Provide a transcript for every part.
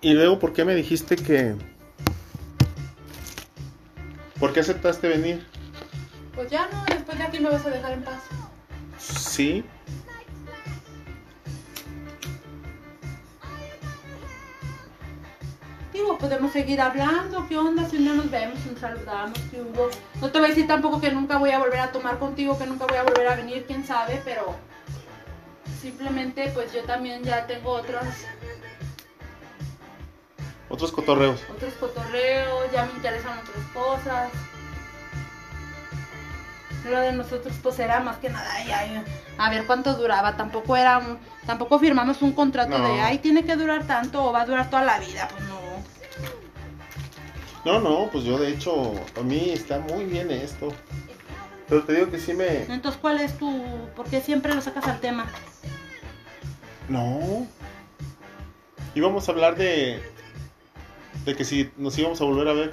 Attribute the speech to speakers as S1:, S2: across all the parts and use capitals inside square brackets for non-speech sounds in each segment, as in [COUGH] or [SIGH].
S1: Y luego, ¿por qué me dijiste que... ¿Por qué aceptaste venir?
S2: Pues ya no, después de aquí me vas a dejar en paz.
S1: Sí.
S2: Digo, podemos seguir hablando, ¿qué onda? Si no nos vemos, si nos saludamos, ¿qué hubo? No te voy a decir tampoco que nunca voy a volver a tomar contigo, que nunca voy a volver a venir, quién sabe, pero simplemente pues yo también ya tengo otras
S1: Otros cotorreos.
S2: otros cotorreos, ya me interesan otras cosas. Lo de nosotros pues era más que nada, ay, ay, a ver cuánto duraba, tampoco era un- tampoco firmamos un contrato
S1: No.
S2: de ay tiene que durar tanto o va a durar toda la vida, pues no.
S1: No, no, pues yo de hecho, a mí está muy bien esto. Pero te digo que sí me...
S2: Entonces cuál es tu, por qué siempre lo sacas al tema?
S1: No. Íbamos a hablar de... De que si nos íbamos a volver a ver.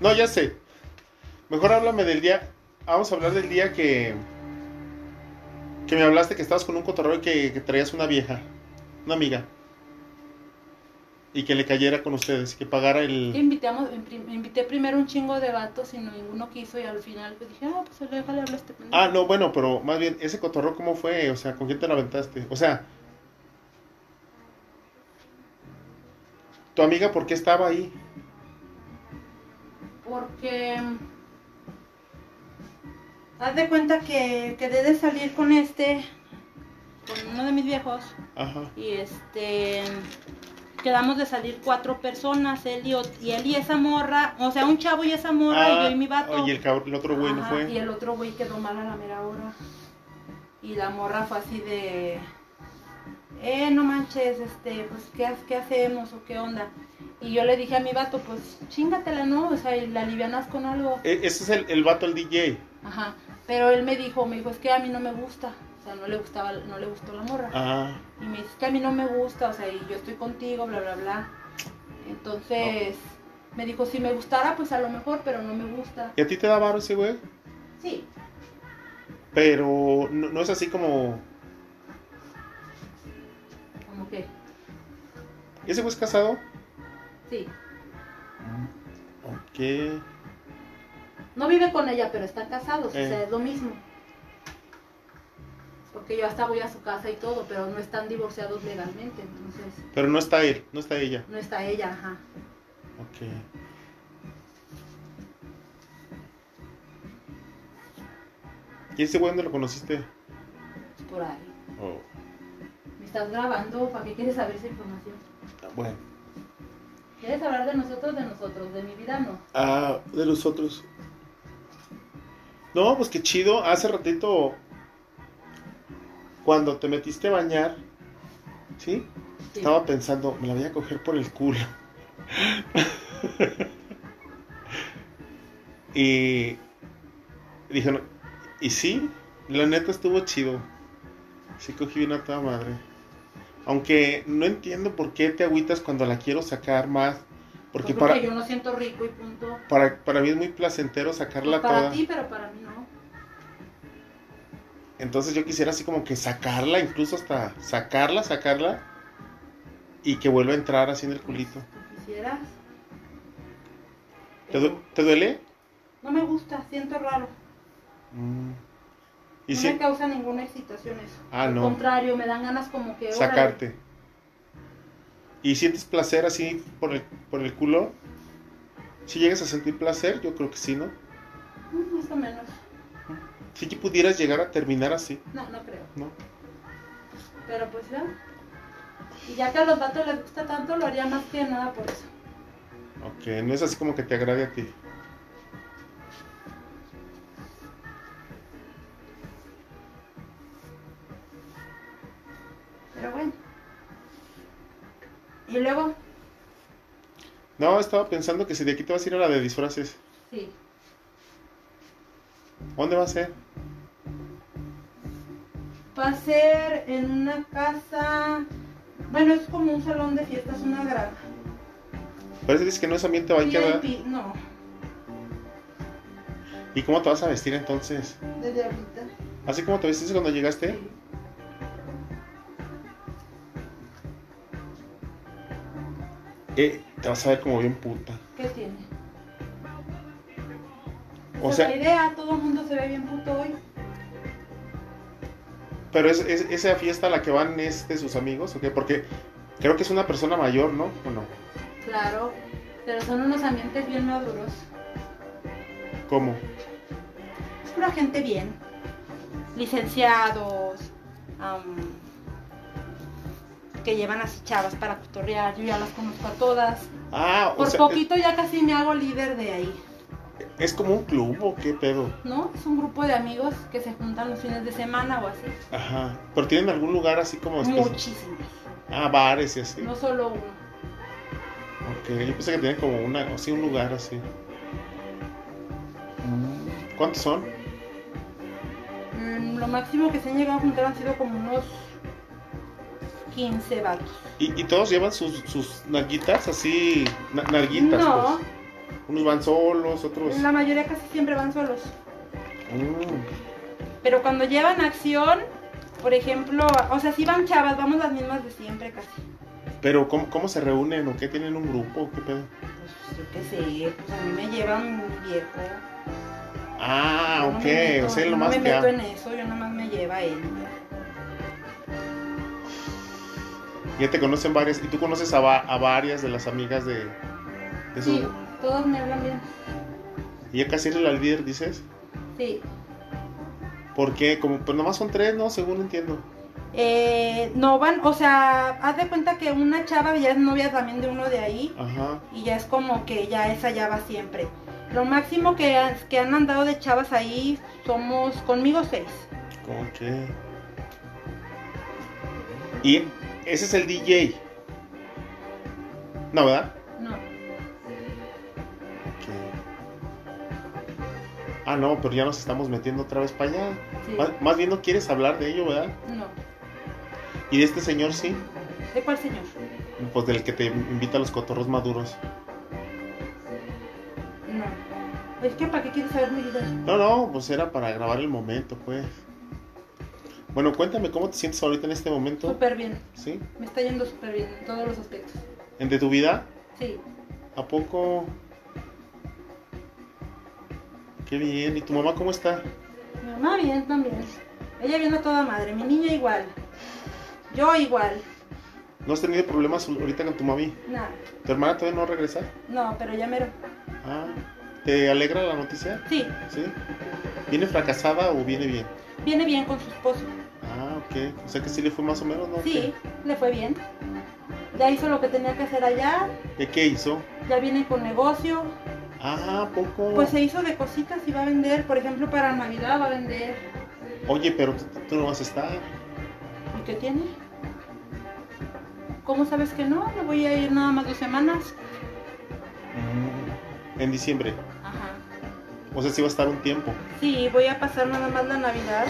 S1: No, ya sé. Mejor háblame del día... Vamos a hablar del día que... Que me hablaste que estabas con un cotorreo y que, que traías una vieja. Una amiga. Y que le cayera con ustedes. Que pagara el...
S2: Invitamos, imprim- invité primero un chingo de vatos y ninguno quiso y al final pues dije, ah, pues déjale hablar a este pendejo.
S1: Ah, no, bueno, pero más bien, ese cotorro, ¿cómo fue? O sea, ¿con quién te la aventaste? O sea, ¿tu amiga por qué estaba ahí?
S2: Porque mm, haz de cuenta que quedé de salir con este, con uno de mis viejos,
S1: Ajá.
S2: y este quedamos de salir cuatro personas, él y, ot- y él y esa morra, o sea un chavo y esa morra, y yo y mi vato.
S1: Ah, oye, el, cabr- el otro güey no
S2: Ajá,
S1: fue.
S2: Y el otro güey quedó mal a la mera hora. Y la morra fue así de. Eh, no manches, este, pues, ¿qué, ha- qué hacemos o qué onda? Y yo le dije a mi vato, pues, chingatela, ¿no? O sea, y la alivianas con algo.
S1: E- ese es el, el vato, el DJ.
S2: Ajá. Pero él me dijo, me dijo, es que a mí no me gusta. O sea, no le gustaba, no le gustó la morra.
S1: Ah,
S2: Y me dice, es que a mí no me gusta, o sea, y yo estoy contigo, bla, bla, bla. Entonces, me dijo, si me gustara, pues a lo mejor, pero no me gusta.
S1: ¿y a ti te da varo ese güey?
S2: Sí,
S1: Pero no, no es así como...
S2: como que,
S1: ¿Ese güey es casado?
S2: sí.
S1: Ok.
S2: No vive con ella, pero están casados,
S1: Eh.
S2: o sea, es lo mismo. Porque yo hasta voy a su casa y todo, pero no están divorciados legalmente, entonces
S1: Pero no está él, no está ella.
S2: no está ella, ajá.
S1: Ok. ¿Y ese güey dónde lo conociste?
S2: Por ahí.
S1: Oh.
S2: Me estás grabando, ¿para qué quieres saber esa información?
S1: Bueno.
S2: ¿Quieres hablar de nosotros, de nosotros? De mi vida no.
S1: Ah, de los otros. No, pues qué chido. Hace ratito, cuando te metiste a bañar, ¿sí?
S2: Sí.
S1: Estaba pensando, me la voy a coger por el culo. [LAUGHS] y dije, no, y sí, la neta estuvo chido. Sí cogí bien a toda madre. Aunque no entiendo por qué te agüitas cuando la quiero sacar más. Porque
S2: Porque
S1: para...
S2: yo no siento rico y punto.
S1: Para, para mí es muy placentero
S2: Pues
S1: sacarla
S2: para
S1: toda.
S2: ti, pero para mí no.
S1: Entonces yo quisiera así como que sacarla, incluso hasta sacarla, sacarla. Y que vuelva a entrar así en el culito.
S2: Si quisieras.
S1: ¿Te,
S2: Pero
S1: du- te duele?
S2: No me gusta, siento raro.
S1: Mm. Y
S2: no
S1: si
S2: me causa ninguna excitación eso.
S1: Ah,
S2: Al
S1: no.
S2: contrario, me dan ganas como que... órale.
S1: sacarte. ¿Y sientes placer así por el, por el culo? Si llegas a sentir placer, yo creo que sí, ¿no?
S2: Mm, Más o menos.
S1: Si que pudieras llegar a terminar así,
S2: No, no creo.
S1: ¿no?
S2: Pero pues ya. Y ya que a los vatos les gusta tanto, lo haría más que nada por eso.
S1: Ok, no es así como que te agrade a ti.
S2: Pero bueno. Y luego...
S1: No, estaba pensando que si de aquí te vas a ir a la de disfraces,
S2: Sí.
S1: ¿dónde va a ser?
S2: Va a ser en una casa... Bueno, es como un salón de fiestas, una granja.
S1: Parece dices Oh, que no es ambiente baño, ¿verdad?
S2: VIP, no.
S1: ¿Y cómo te vas a vestir entonces?
S2: Desde ahorita.
S1: ¿Así como te vestiste cuando llegaste?
S2: Sí.
S1: eh, te vas a ver como bien puta.
S2: ¿Qué tiene?
S1: O
S2: Esa
S1: sea-
S2: es la idea, todo el mundo se ve bien puto hoy.
S1: Pero es, es- esa fiesta a la que van es de sus amigos, ¿o qué? Porque creo que es una persona mayor, ¿no? ¿O no?
S2: Claro, pero son unos ambientes bien maduros.
S1: ¿Cómo?
S2: Es pura gente bien. Licenciados, am, que llevan así chavas para cotorrear. Yo ya las conozco a todas.
S1: Ah, o
S2: Por
S1: sea,
S2: poquito ya casi me hago líder de ahí,
S1: es, es como un club o qué pedo.
S2: ¿no? Es un grupo de amigos que se juntan los fines de semana o así.
S1: Ajá. Pero tienen algún lugar así como espe-
S2: Muchísimas,
S1: Ah, bares y así.
S2: no solo uno.
S1: Ok, yo pensé que tenían como una, o sí, un lugar así. Mm, ¿Cuántos son?
S2: Mm, lo máximo que se han llegado a juntar han sido como unos 15 vatos.
S1: ¿Y, y todos llevan sus, sus narguitas así? na- narguitas,
S2: no,
S1: pues. Unos van solos, otros.
S2: la mayoría casi siempre van solos.
S1: Mm,
S2: Pero cuando llevan acción, por ejemplo, o sea, si van chavas, vamos las mismas de siempre casi.
S1: Pero, ¿cómo, ¿cómo se reúnen o qué? ¿Tienen un grupo o qué pedo?
S2: Pues yo qué sé, pues a mí me llevan mi viejo.
S1: Ah,
S2: Yo no
S1: ok,
S2: me meto-
S1: o sea, es
S2: yo
S1: lo más
S2: no me
S1: que
S2: meto
S1: ha-
S2: en eso, yo nomás me lleva él.
S1: Ya te conocen varias, y tú conoces a, va- a varias de las amigas de, de su.
S2: Sí, todas me hablan bien.
S1: Y ya casi eres la líder, dices.
S2: Sí.
S1: ¿Por qué? Como, pues nomás son tres, ¿no? Según entiendo.
S2: Eh, no van, o sea, haz de cuenta que una chava ya es novia también de uno de ahí
S1: Ajá.
S2: y ya es como que ya esa ya va siempre. Lo máximo que, has- que han andado de chavas ahí somos conmigo seis.
S1: ¿Cómo que? Y ese es el DJ. No, ¿verdad?
S2: No.
S1: Ah, no, pero ya nos estamos metiendo otra vez para allá.
S2: Sí.
S1: Más, más bien no quieres hablar de ello, ¿verdad?
S2: No.
S1: Y de este señor sí,
S2: ¿De cuál señor?
S1: pues del que te invita a los cotorros maduros.
S2: No. Es que para qué quieres saber mi vida.
S1: No, no, pues era para grabar el momento, pues. Bueno, cuéntame cómo te sientes ahorita en este momento,
S2: Súper bien.
S1: ¿sí?
S2: Me está yendo súper bien en todos los aspectos.
S1: ¿En de tu vida?
S2: Sí.
S1: ¿A poco? Qué bien. ¿Y tu mamá cómo está?
S2: Mi mamá bien también. Ella viendo a toda madre. Mi niña igual. Yo igual.
S1: ¿No has tenido problemas ahorita con tu mami?
S2: Nada.
S1: ¿Tu hermana todavía no regresa?
S2: No, pero ya mero.
S1: Ah, ¿te alegra la noticia?
S2: Sí.
S1: ¿Sí? ¿Viene fracasada o viene bien?
S2: Viene bien con su esposo.
S1: Ah, ok. O sea que sí le fue más o menos, ¿no?
S2: Sí, le fue bien. Ya hizo lo que tenía que hacer allá.
S1: ¿Qué, qué hizo?
S2: Ya viene con negocio.
S1: Ah, ¿a poco.
S2: Pues se hizo de cositas y va a vender. Por ejemplo, para Navidad va a vender.
S1: Oye, pero tú, tú no vas a estar.
S2: ¿Y qué tiene? ¿Cómo sabes que no? Me voy a ir nada más dos semanas.
S1: Mm, En diciembre.
S2: Ajá.
S1: O sea, sí va a estar un tiempo.
S2: Sí, voy a pasar nada más la Navidad.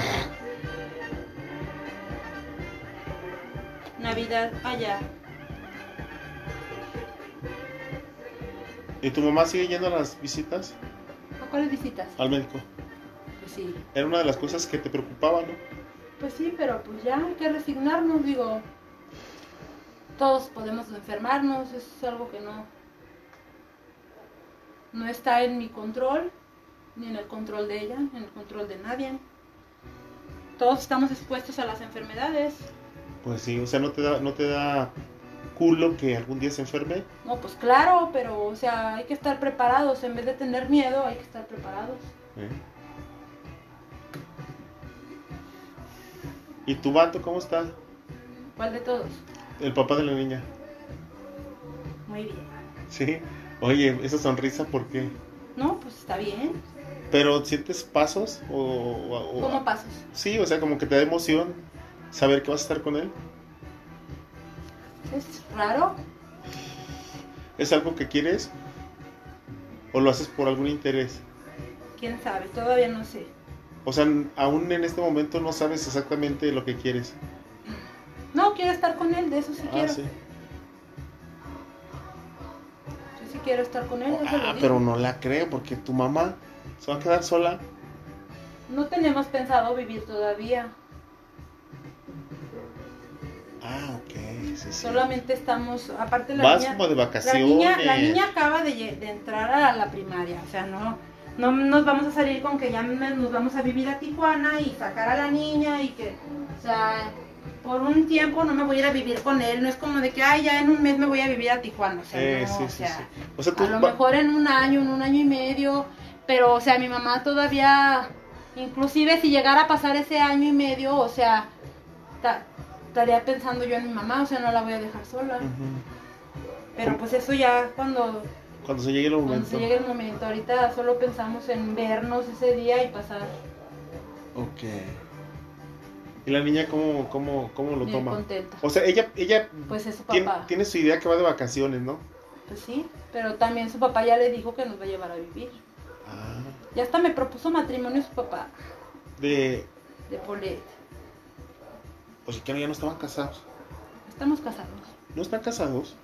S2: Navidad ah, allá.
S1: ¿Y tu mamá sigue yendo a las visitas
S2: ¿A cuáles visitas?
S1: al médico?
S2: Pues sí.
S1: Era una de las cosas que te preocupaba, ¿no?
S2: Pues sí, pero pues ya hay que resignarnos, digo. Todos podemos enfermarnos, eso es algo que no no está en mi control, ni en el control de ella, ni en el control de nadie. Todos estamos expuestos a las enfermedades.
S1: Pues sí, o sea, no te da, no te da culo que algún día se enferme.
S2: No, pues claro, pero o sea, hay que estar preparados. En vez de tener miedo, hay que estar preparados.
S1: ¿eh? ¿Y tu vato cómo está?
S2: ¿Cuál de todos?
S1: El papá de la niña.
S2: Muy bien.
S1: Sí. Oye, esa sonrisa, ¿por qué?
S2: No, pues está bien.
S1: ¿Pero sientes pasos o...? o- o-
S2: ¿Cómo pasos?
S1: Sí, o sea, como que te da emoción saber que vas a estar con él.
S2: Es raro.
S1: ¿Es algo que quieres? ¿O lo haces por algún interés?
S2: ¿Quién sabe? Todavía no sé.
S1: O sea, n- aún en este momento no sabes exactamente lo que quieres.
S2: No, quiero estar con él, de eso sí
S1: ah,
S2: quiero.
S1: sí.
S2: Yo sí quiero estar con él, no se lo
S1: Ah,
S2: digo.
S1: pero no la creo porque tu mamá se va a quedar sola.
S2: No tenemos pensado vivir todavía.
S1: Ah, ok. sí, sí.
S2: Solamente estamos, aparte la
S1: Vas
S2: niña,
S1: como de
S2: la
S1: vacaciones.
S2: niña, la niña acaba de, lle- de entrar a la primaria, o sea, no, no nos vamos a salir con que ya me- nos vamos a vivir a Tijuana y sacar a la niña y que, o sea, por un tiempo no me voy a ir a vivir con él, no es como de que, ay, ya en un mes me voy a vivir a Tijuana, o sea,
S1: Eh,
S2: pues, no,
S1: sí,
S2: o
S1: sí,
S2: sea,
S1: sí. O sea, tú
S2: a lo
S1: va-
S2: mejor en un año, en un año y medio, pero o sea, mi mamá todavía, inclusive si llegara a pasar ese año y medio, o sea, ta- estaría pensando yo en mi mamá, o sea, no la voy a dejar sola.
S1: Mm. Ujú.
S2: Pero pues eso ya cuando,
S1: Cuando se llegue el
S2: cuando
S1: momento.
S2: se llegue el momento, ahorita solo pensamos en vernos ese día y pasar
S1: Ok. ¿Y la niña cómo, cómo, cómo lo
S2: bien
S1: toma?
S2: contenta.
S1: O sea, ella, ella
S2: Pues es su
S1: tiene,
S2: papá,
S1: tiene su idea que va de vacaciones, ¿no?
S2: pues sí, pero también su papá ya le dijo que nos va a llevar a vivir.
S1: Ah.
S2: Ya hasta me propuso matrimonio su papá
S1: De.
S2: de Polet.
S1: O sea, Pues que ya no estaban casados.
S2: Estamos casados.
S1: ¿No están casados?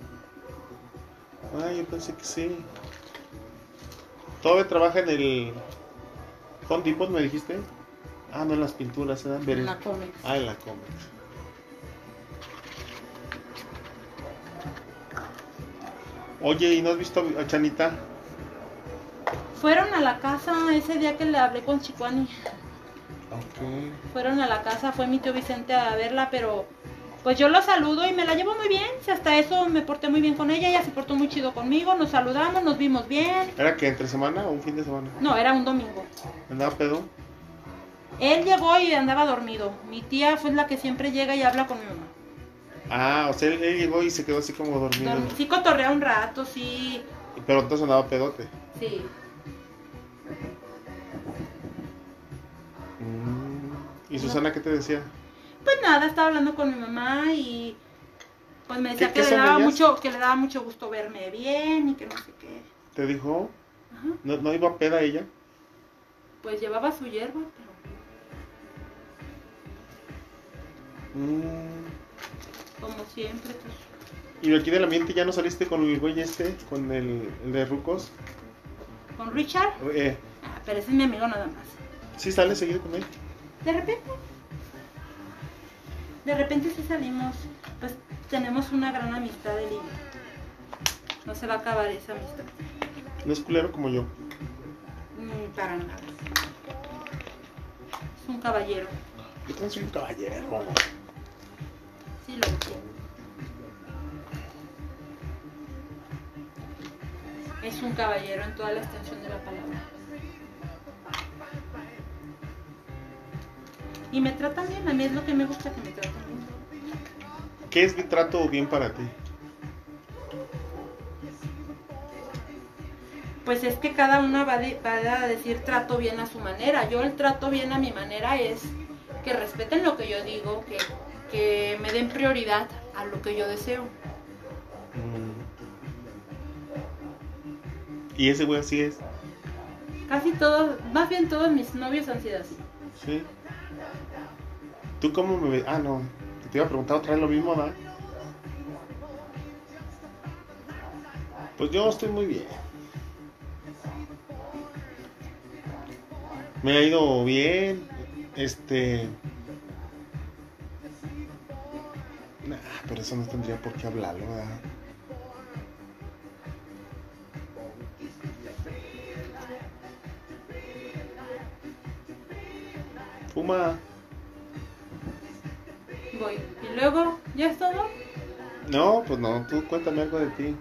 S1: Ah, yo pensé que sí. Todavía trabaja en el. Home Depot, me dijiste. Ah, no en las pinturas, ¿eh? Veré.
S2: En la Comex.
S1: Ah, en la Comex. Oye, ¿y no has visto a Chanita?
S2: Fueron a la casa ese día que le hablé con Chicuani.
S1: Ok.
S2: Fueron a la casa, fue mi tío Vicente a verla, pero pues yo la saludo y me la llevo muy bien. Si hasta eso me porté muy bien con ella, ella se portó muy chido conmigo, nos saludamos, nos vimos bien.
S1: ¿Era que entre semana o un fin de semana?
S2: No, era un domingo.
S1: ¿Andaba pedo?
S2: Él llegó y andaba dormido. Mi tía fue la que siempre llega y habla con mi mamá.
S1: Ah, o sea, él, él llegó y se quedó así como dormido.
S2: Dorm- Sí cotorrea un rato, sí,
S1: Pero entonces andaba pedote.
S2: sí.
S1: Mm. ¿Y Susana qué te decía?
S2: Pues nada, estaba hablando con mi mamá y pues me decía
S1: ¿Qué-
S2: que
S1: qué
S2: le
S1: son
S2: daba
S1: ellas?
S2: mucho, que le daba mucho gusto verme bien y que no sé qué.
S1: ¿Te dijo?
S2: Ajá.
S1: ¿No, no iba a peda ella?
S2: Pues llevaba su hierba, pero
S1: Mm.
S2: como siempre, pues,
S1: ¿Y de aquí del ambiente ya no saliste con el güey este? ¿Con el, el de Rucos?
S2: con Richard.
S1: Eh,
S2: Ah, pero ese es mi amigo nada más.
S1: ¿Sí sales seguido con él?
S2: De repente, de repente sí salimos, pues tenemos una gran amistad de niño. No se va a acabar esa amistad.
S1: No es culero como yo.
S2: Mm, para nada. Es un caballero,
S1: Yo también soy un caballero.
S2: sí lo entiendo. Es un caballero en toda la extensión de la palabra. Y me tratan bien, a mí es lo que me gusta que me tratan bien.
S1: ¿Qué es mi trato bien para ti?
S2: Pues es que cada una va, de- va a decir trato bien a su manera. Yo el trato bien a mi manera es que respeten lo que yo digo, que, que me den prioridad a lo que yo deseo.
S1: Mm. Y ese güey así es.
S2: Casi todos, más bien todos mis novios han sido así.
S1: ¿Sí? ¿Tú cómo me ves? Ah, no. Te iba a preguntar otra vez lo mismo, ¿verdad? Pues yo estoy muy bien. Me ha ido bien. Este. Nah, pero eso no tendría por qué hablarlo, ¿verdad? Fuma.
S2: Voy. Y luego, ¿ya es todo?
S1: No, pues no, tú cuéntame algo de ti.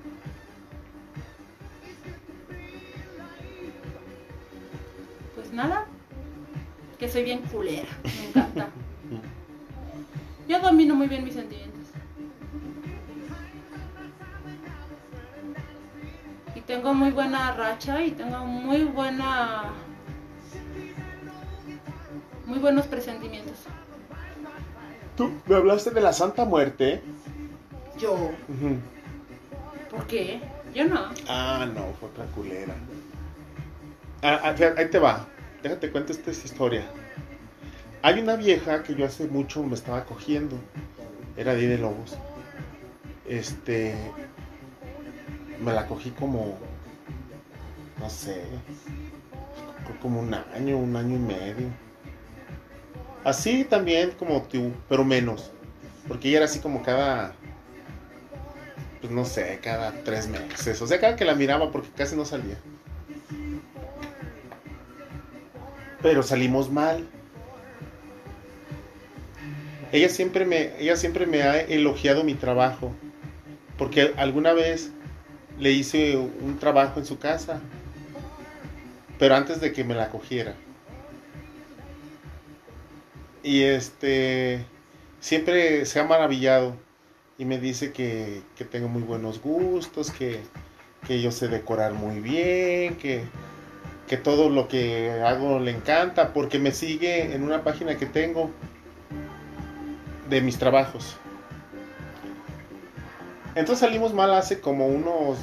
S2: Pues nada. Que soy bien culera. Me encanta. Yo domino muy bien mis sentimientos. Y tengo muy buena racha y tengo muy buena. Muy buenos presentimientos.
S1: Tú me hablaste de la Santa Muerte. ¿eh?
S2: Yo. ¿Por qué? Yo no.
S1: Ah, no, fue otra culera. Ah, ah, fíjate, ahí te va. Déjate cuento esta historia. Hay una vieja que yo hace mucho me estaba cogiendo. Era de ahí de Lobos. Este. Me la cogí como. No sé. creo Como un año, un año y medio. Así también como tú, pero menos. Porque ella era así como cada pues no sé, cada tres meses. O sea, cada que la miraba porque casi no salía. Pero salimos mal. Ella siempre me, ella siempre me ha elogiado mi trabajo. Porque alguna vez le hice un trabajo en su casa. Pero antes de que me la cogiera. Y este siempre se ha maravillado y me dice que, que tengo muy buenos gustos, que, que, yo sé decorar muy bien, que, que, todo lo que hago le encanta, porque me sigue en una página que tengo de mis trabajos. Entonces salimos mal hace como unos,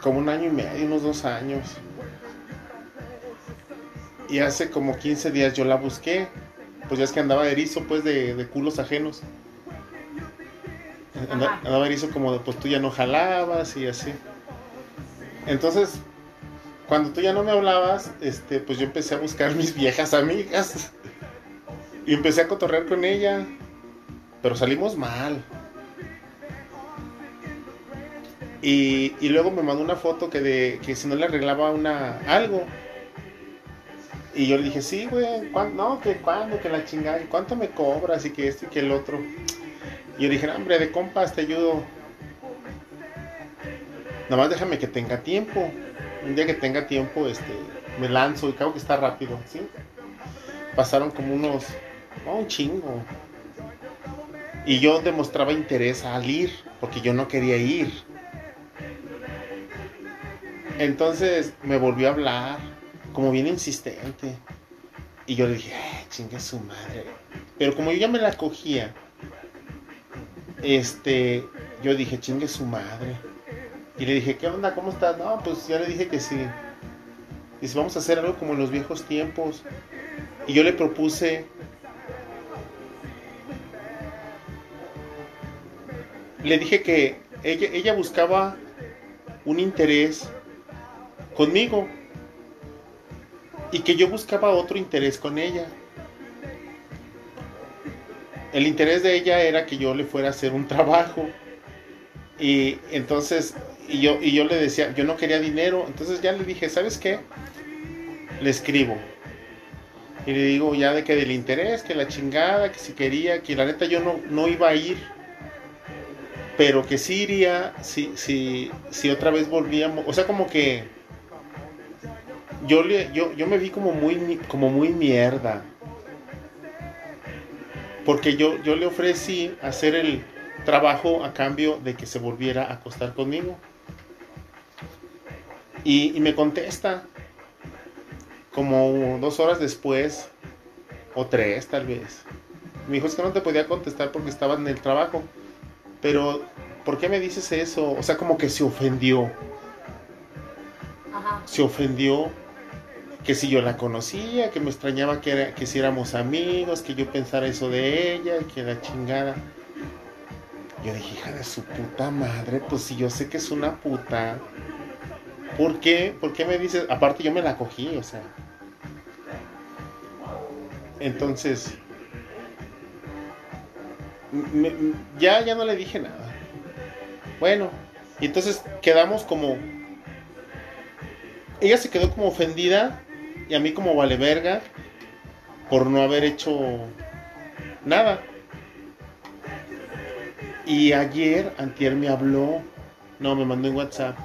S1: como un año y medio, unos dos años. Y hace como 15 días yo la busqué pues ya es que andaba erizo, pues, de, de culos ajenos. Andaba, andaba erizo como de, pues tú ya no jalabas y así. Entonces, cuando tú ya no me hablabas, este, pues yo empecé a buscar mis viejas amigas. Y empecé a cotorrear con ella. Pero salimos mal. Y, y luego me mandó una foto que de que si no le arreglaba una algo, y yo le dije, sí, güey, no, que cuándo, que la chingada, ¿y cuánto me cobras? Y que esto y que el otro. Y yo dije, hombre, de compas te ayudo. Nada más déjame que tenga tiempo. Un día que tenga tiempo, este, me lanzo y creo que está rápido, ¿sí? Pasaron como unos, oh, un chingo. Y yo demostraba interés al ir, porque yo no quería ir. Entonces me volvió a hablar como bien insistente. Y yo le dije, Ay, chingue su madre. Pero como yo ya me la cogía, este, yo dije, chingue su madre. Y le dije, ¿qué onda? ¿Cómo estás? No, pues ya le dije que sí. Dice, vamos a hacer algo como en los viejos tiempos. Y yo le propuse. Le dije que ella, ella buscaba un interés conmigo, y que yo buscaba otro interés con ella. El interés de ella era que yo le fuera a hacer un trabajo. Y entonces, y yo, y yo le decía, yo no quería dinero. Entonces ya le dije, ¿sabes qué? Le escribo. Y le digo ya de que del interés, que la chingada, que si quería, que la neta yo no, no iba a ir. Pero que sí iría si, si, si otra vez volvíamos. O sea, como que yo, le, yo, yo me vi como muy, como muy mierda. Porque yo, yo le ofrecí hacer el trabajo a cambio de que se volviera a acostar conmigo. Y, y me contesta como dos horas después, o tres tal vez. Me dijo, es que no te podía contestar porque estaba en el trabajo. Pero, ¿por qué me dices eso? O sea, como que se ofendió. Ajá. Se ofendió que si yo la conocía, que me extrañaba que, era, que si éramos amigos, que yo pensara eso de ella, que la chingada. Yo dije, hija de su puta madre, pues si yo sé que es una puta, ¿por qué? ¿Por qué me dices? Aparte yo me la cogí, o sea. Entonces, me, ya, ya no le dije nada. Bueno, y entonces quedamos como... Ella se quedó como ofendida y a mí como vale verga por no haber hecho nada. Y ayer, antier me habló, no, me mandó en WhatsApp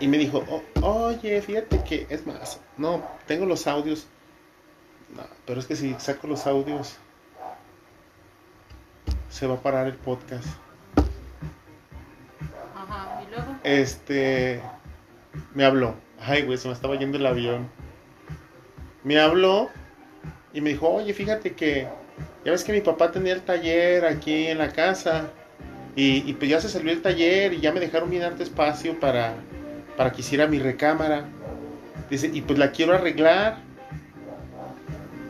S1: y me dijo, oh, oye, fíjate que, es más, no, tengo los audios, no, pero es que si saco los audios, se va a parar el podcast.
S2: Ajá, y luego.
S1: Este, me habló, ay, güey, se me estaba yendo el avión me habló y me dijo, oye, fíjate que ya ves que mi papá tenía el taller aquí en la casa y, y pues ya se salió el taller y ya me dejaron bien harto espacio para, para que hiciera mi recámara. Dice, y pues la quiero arreglar.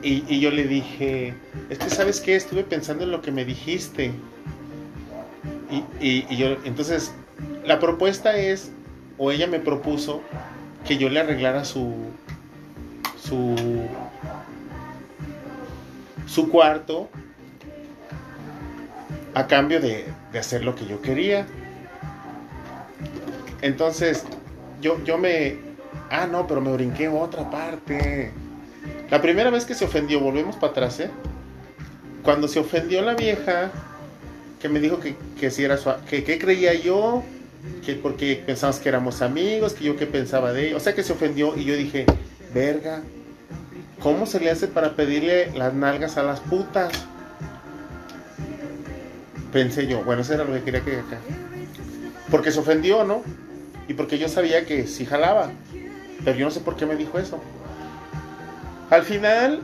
S1: Y, y yo le dije, es que sabes qué, estuve pensando en lo que me dijiste. Y, y yo, entonces, la propuesta es, o ella me propuso, que yo le arreglara su, su, su cuarto a cambio de, de hacer lo que yo quería. Entonces, yo, yo me... Ah, no, pero me brinqué otra parte. La primera vez que se ofendió, volvemos para atrás, ¿eh? Cuando se ofendió la vieja, que me dijo que, que si era su... que, que creía yo, que porque pensamos que éramos amigos, que yo qué pensaba de ella. O sea que se ofendió y yo dije, verga, ¿cómo se le hace para pedirle las nalgas a las putas? Pensé yo, bueno, eso era lo que quería que acá. Porque se ofendió, ¿no? Y porque yo sabía que sí jalaba. Pero yo no sé por qué me dijo eso. Al final,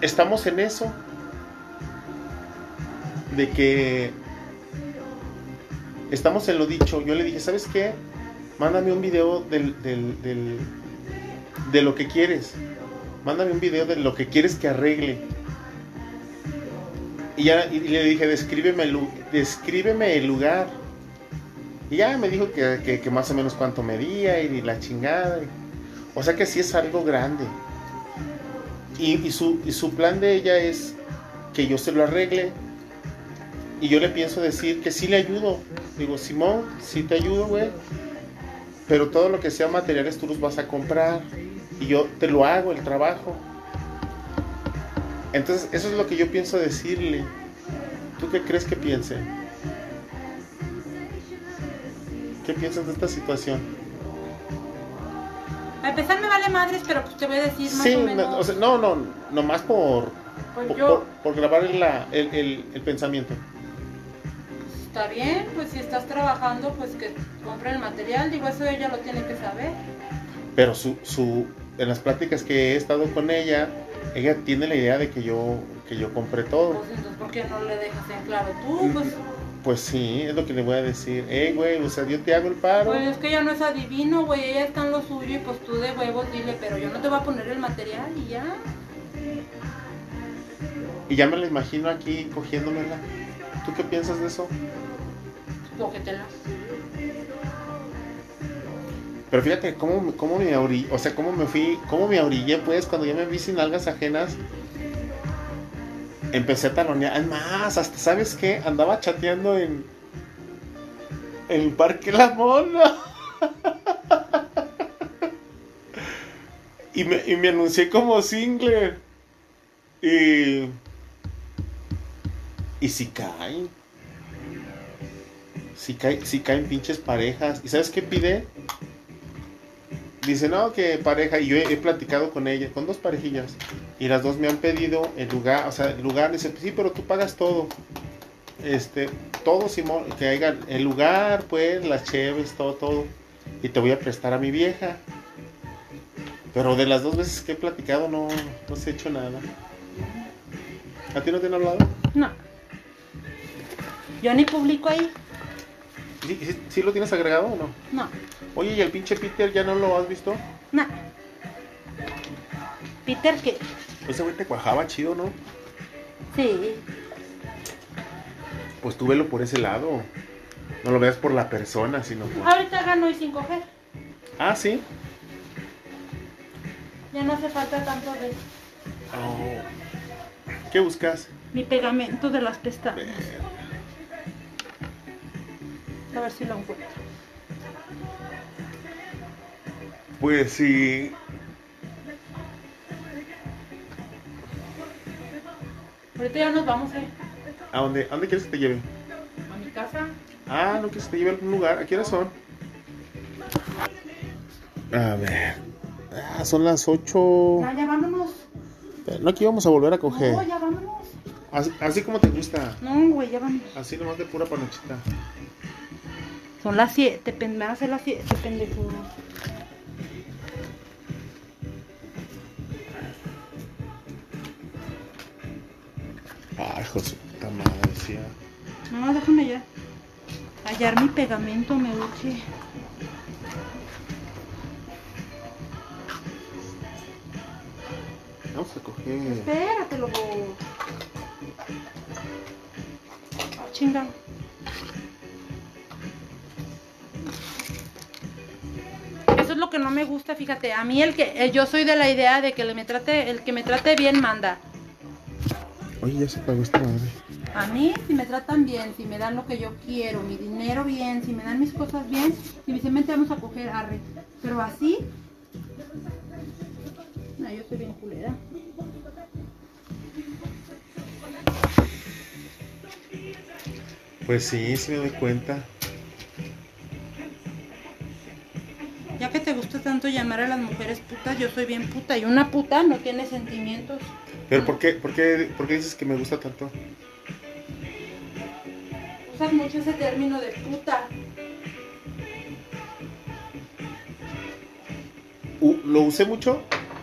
S1: estamos en eso. De que estamos en lo dicho. Yo le dije, ¿sabes qué? Mándame un video del, del, del, de lo que quieres. Mándame un video de lo que quieres que arregle. Y, ya, y le dije, descríbeme el, descríbeme el lugar. Y ya me dijo que, que, que más o menos cuánto medía y, y la chingada. o sea que sí es algo grande. Y, y, su, y su plan de ella es que yo se lo arregle y yo le pienso decir que sí le ayudo. Digo, Simón, sí te ayudo, güey. Pero todo lo que sea materiales tú los vas a comprar. Y yo te lo hago, el trabajo. Entonces, eso es lo que yo pienso decirle. ¿Tú qué crees que piense? ¿Qué piensas de esta situación?
S2: A empezar me vale madres, pero pues te voy a decir más
S1: sí,
S2: o menos.
S1: No, o sea, no, no, nomás por,
S2: Pues
S1: por,
S2: yo-
S1: por- por grabar la- el- el- el pensamiento.
S2: Está bien, pues si estás trabajando, pues que compre el material. Digo, eso ella lo tiene que saber.
S1: Pero su, su, en las pláticas que he estado con ella, ella tiene la idea de que yo, que yo compré todo.
S2: Pues entonces, ¿por qué no le dejas en claro tú? Pues,
S1: Pues sí, es lo que le voy a decir. Ey, güey, o sea, yo te hago el paro.
S2: pues es que ella no es adivino, güey. Ella está en lo suyo y pues tú de huevos dile, pero yo no te voy a poner el material y ya.
S1: Y ya me la imagino aquí cogiéndomela. ¿Tú qué piensas de eso?
S2: Cógetela.
S1: Pero fíjate cómo, me- cómo me orillé, o sea, cómo me fui, cómo me orillé, pues, cuando yo me vi sin algas ajenas. Empecé a talonear. Es más, hasta, ¿sabes qué? Andaba chateando en. En el Parque La Mona. [LAUGHS] y, me, y me anuncié como single. Y. Y si caen. Si, cae, si caen pinches parejas. ¿Y sabes qué pide? Dice, no, que pareja, y yo he, he platicado con ella, con dos parejillas, y las dos me han pedido el lugar, o sea, el lugar, dice, sí, pero tú pagas todo, este, todo, Simón, que haya el lugar, pues, las cheves, todo, todo, y te voy a prestar a mi vieja. Pero de las dos veces que he platicado, no, no se ha hecho nada. ¿A ti no te han hablado?
S2: No. Yo ni publico ahí.
S1: ¿Sí, sí- sí lo tienes agregado o no?
S2: No.
S1: Oye, ¿y el pinche Peter ya no lo has visto?
S2: No. Peter, ¿qué?
S1: Ese güey te cuajaba chido, ¿no?
S2: Sí.
S1: Pues tú velo por ese lado. No lo veas por la persona, sino por...
S2: Ahorita gano y 5G.
S1: Ah, sí.
S2: Ya no hace falta tanto de
S1: Oh. ¿Qué buscas?
S2: mi pegamento de las pestañas.
S1: Ver.
S2: A ver si lo encuentro.
S1: Pues sí.
S2: Ahorita ya nos vamos a ir
S1: ¿A dónde, a dónde quieres que te lleve?
S2: a mi casa.
S1: Ah, no quieres que te lleve a algún lugar. ¿A qué hora son? A ver. Ah, son las 8.
S2: No, ya vámonos.
S1: No, aquí vamos a volver a coger.
S2: No, ya vámonos.
S1: Así, así como te gusta.
S2: No, güey, ya vámonos.
S1: Así nomás de pura panochita.
S2: Son las 7, me van a hacer las 7, pendejo.
S1: Ay, hijo de su puta madre, sí, ah.
S2: No, déjame ya. Hallar mi pegamento me urge.
S1: Vamos a coger.
S2: Espérate, loco. Ah, Chinga. Eso es lo que no me gusta, fíjate. A mí el que eh, yo soy de la idea de que le me trate, el que me trate bien manda.
S1: Oye, ya se pagó esta madre.
S2: A mí, si me tratan bien, si me dan lo que yo quiero, mi dinero bien, si me dan mis cosas bien, si me dicen, "Vente, vamos a coger arre. Pero así. No, yo soy bien culera.
S1: Pues sí, sí me doy cuenta.
S2: Ya que te gusta tanto llamar a las mujeres putas, yo soy bien puta. Y una puta no tiene sentimientos.
S1: Pero ¿por qué, por qué, por qué dices que me gusta tanto?
S2: Usas mucho ese término de puta.
S1: U- ¿Lo usé mucho?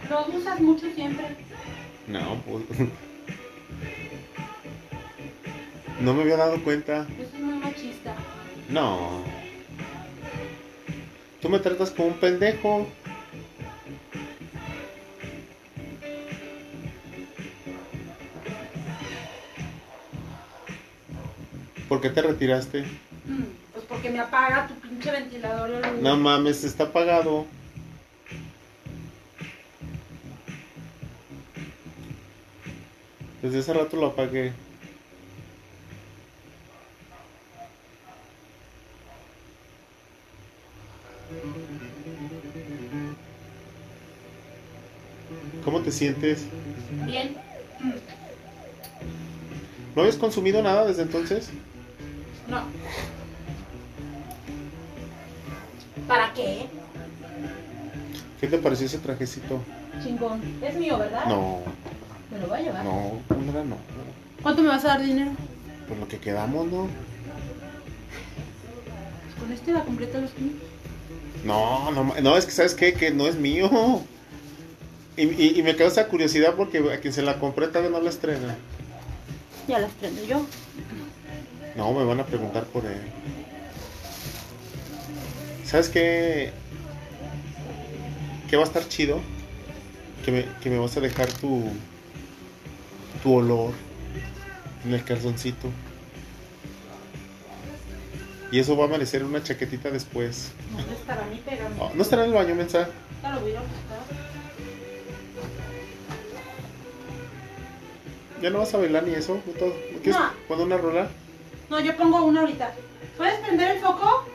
S2: Lo usas mucho siempre.
S1: No, pues... [LAUGHS] No me había dado cuenta.
S2: Eso es muy machista.
S1: No. Tú me tratas como un pendejo. ¿Por qué te retiraste?
S2: Mm, Pues porque me apaga tu pinche ventilador. la luz.
S1: No mames, está apagado. Desde hace rato lo apagué. ¿Cómo te sientes?
S2: Bien.
S1: ¿No habías consumido nada desde entonces?
S2: No. ¿Para qué?
S1: ¿Qué te pareció ese trajecito?
S2: Chingón. Es mío, ¿verdad?
S1: No,
S2: Me lo voy a llevar.
S1: no, Sandra, no.
S2: ¿Cuánto me vas a dar dinero?
S1: Por lo que quedamos, ¿no?
S2: Pues con este la completa los quinientos.
S1: No, no, ma- no, es que sabes qué, que no es mío. Y, y- y me causa curiosidad porque a quien se la compré tal vez no la estrena.
S2: Ya las prendo yo.
S1: No, me van a preguntar por él. ¿Sabes qué? Que va a estar chido. Que me, que me vas a dejar tu, tu olor en el calzoncito. Y eso va a amanecer en una chaquetita después.
S2: No es para mí, pero
S1: Ah, no estará en el baño, mensaje.
S2: Ya lo voy a buscar.
S1: ¿Ya no vas a bailar ni eso? ¿No, te- no quieres
S2: No.
S1: poner una rola?
S2: No, yo pongo una ahorita. ¿Puedes prender el foco?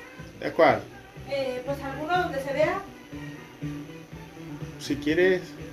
S1: ¿A cuál?
S2: Eh, pues alguno donde se vea.
S1: Si quieres.